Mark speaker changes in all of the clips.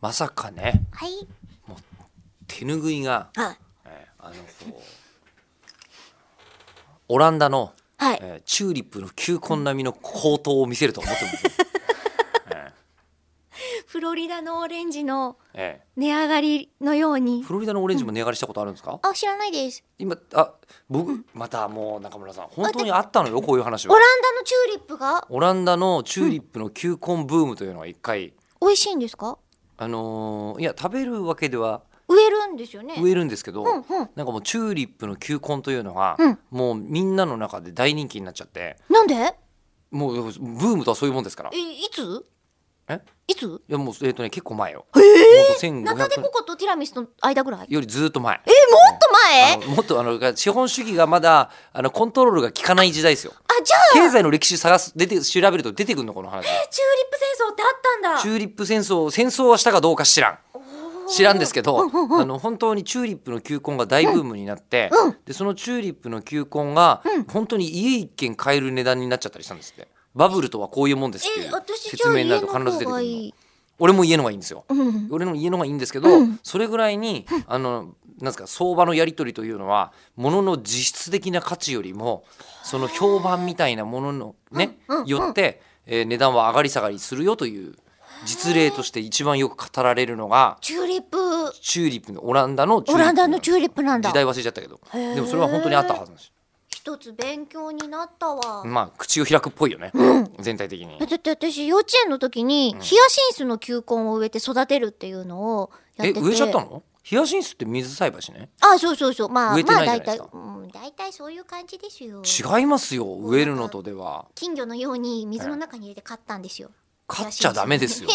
Speaker 1: まさかね
Speaker 2: はい。
Speaker 1: 手ぬぐいが、
Speaker 2: はい。
Speaker 1: えーあのこうオランダの、
Speaker 2: はい。
Speaker 1: えーチューリップの球根並みの高騰を見せると思っても、 えー
Speaker 2: フロリダのオレンジの
Speaker 1: え
Speaker 2: 値上がりのよう
Speaker 1: ー
Speaker 2: に。
Speaker 1: フロリダのオレンジも値上がりしたことあるんですか、
Speaker 2: あ、知らないです。
Speaker 1: 今あ僕またもう中村さん本当にあったのよこういう話
Speaker 2: オ
Speaker 1: は
Speaker 2: ランダのチューリップが
Speaker 1: オランダのチューリップの球根ブームというのは一回、
Speaker 2: 美味しいんですか。
Speaker 1: あのーいや食べるわけでは
Speaker 2: 植えるんですよね。
Speaker 1: 植えるんですけど、
Speaker 2: うんうん。
Speaker 1: なんかもうチューリップの球根というのが、
Speaker 2: うん
Speaker 1: もうみんなの中で大人気になっちゃって
Speaker 2: なんで。
Speaker 1: もうブームとはそういうもんですからい
Speaker 2: え、いつ。
Speaker 1: え。
Speaker 2: いつ。
Speaker 1: やもうえっ、とね結構前よ、え
Speaker 2: ナタデココとティラミスの間ぐらい。
Speaker 1: よりずっと前
Speaker 2: え、もっと前。
Speaker 1: あのもっとあの資本主義がまだあのコントロールが効かない時代ですよ
Speaker 2: あ、じゃ
Speaker 1: 経済の歴史探す出て調べると出てくるのこの話
Speaker 2: あ。チューリップ戦争ってあったんだ。
Speaker 1: チューリップ戦争戦争はしたかどうか知らん知らんですけど、あの本当にチューリップの球根が大ブームになって、でそのチューリップの球根が本当に家一軒買える値段になっちゃったりしたんですってバブルとはこういうもんですってい
Speaker 2: え、
Speaker 1: う
Speaker 2: 私じ
Speaker 1: 説
Speaker 2: ゃあ
Speaker 1: 明
Speaker 2: 家
Speaker 1: になる
Speaker 2: の
Speaker 1: と必ず出て
Speaker 2: 方
Speaker 1: く
Speaker 2: が
Speaker 1: る
Speaker 2: い
Speaker 1: の
Speaker 2: い。
Speaker 1: 俺も家のがいいんですよ、
Speaker 2: うん。
Speaker 1: 俺の家のがいいんですけど、それぐらいにあのなんですか相場のやり取りというのはものの実質的な価値よりもその評判みたいなもののね、
Speaker 2: うんうん
Speaker 1: よって、えー値段は上がり下がりするよという実例として一番よく語られるのが
Speaker 2: チューリップ。
Speaker 1: チューリップのオランダのチュー
Speaker 2: オ
Speaker 1: リッ
Speaker 2: ラ
Speaker 1: プ
Speaker 2: ンダのチューリップなんだ
Speaker 1: 時。代忘れちゃったけど
Speaker 2: へー
Speaker 1: でもそれは本当にあったはずなんです
Speaker 2: 一つ勉強になったわ。
Speaker 1: まあ口を開くっぽいよね、全体的に
Speaker 2: だって私幼稚園の時にヒヤシンスの球根を植えて育てるっていうのをやっ
Speaker 1: え
Speaker 2: てて
Speaker 1: 植えちゃったのヒヤシンスって水栽培しね
Speaker 2: あそうそうそうまあ
Speaker 1: 植えて
Speaker 2: ま
Speaker 1: な
Speaker 2: あ
Speaker 1: いじゃな
Speaker 2: 大
Speaker 1: いです
Speaker 2: 体
Speaker 1: か
Speaker 2: うん大体そういう感じですよ
Speaker 1: 違いますよ植えるのとでは
Speaker 2: 金魚のように水の中に入れて飼ったんですよ
Speaker 1: 勝っちゃダメ ですよ。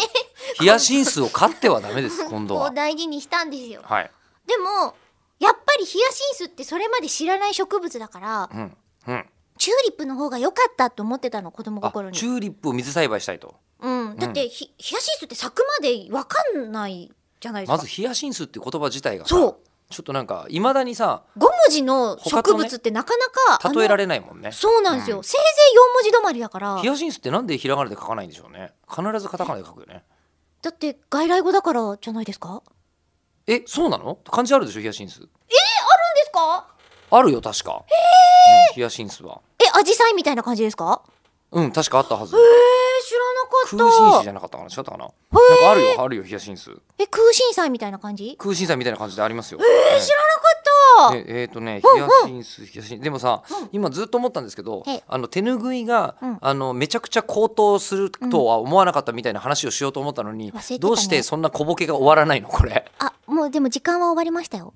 Speaker 1: ヒヤシンスを勝ってはダメです。今度
Speaker 2: こ
Speaker 1: は
Speaker 2: う。大事にしたんですよ
Speaker 1: はい。
Speaker 2: でもやっぱりヒヤシンスってそれまで知らない植物だから
Speaker 1: うん。うん。
Speaker 2: チューリップの方が良かったと思ってたの子供
Speaker 1: あ
Speaker 2: 心、に
Speaker 1: チューリップを水栽培したいと。
Speaker 2: うんだってヒヒヤシンスって咲くまでわかんないじゃないですか
Speaker 1: まずヒヤシンスって言葉自体がさ。
Speaker 2: そう
Speaker 1: ちょっとなんか、いまだにさ、
Speaker 2: 5文字の植物ってなかなか、
Speaker 1: 例えら
Speaker 2: れ
Speaker 1: れないもんね。
Speaker 2: そうなんですよ、せいぜい4文字止まりだから
Speaker 1: ヒヤシンスってなんでひらがなで書かないんでしょうね。必ずカタカナで書くよね。
Speaker 2: だって外来語だからじゃないですか
Speaker 1: え、そうなの漢字あるでしょ、ヒヤシンス。
Speaker 2: なんですか
Speaker 1: あるよ、確か。うんヒヤシンスは。
Speaker 2: え、アジサイみたいな感じですか
Speaker 1: うん、確かあったはず。
Speaker 2: え知ら
Speaker 1: 空心
Speaker 2: な
Speaker 1: 子じ
Speaker 2: かった
Speaker 1: ゃなかったかな違ったかななんかあるよ、あるよ、ヒヤシンス。
Speaker 2: え、空心菜みたいな感じ
Speaker 1: 空心菜みたいな感じでありますよ。
Speaker 2: え
Speaker 1: え
Speaker 2: 知らなかった
Speaker 1: でえっ、とね、ヒヤシンス、ヒヤシンでもさ、今ずっと思ったんですけど
Speaker 2: ええ、
Speaker 1: あの手ぬぐいが、
Speaker 2: うん
Speaker 1: あのめちゃくちゃ高騰するとは思わなかったみたいな話をしようと思ったのに、
Speaker 2: 忘れてたね
Speaker 1: どうしてそんな小ボケが終わらないのこれ。
Speaker 2: あ、もうでも時間は終わりましたよ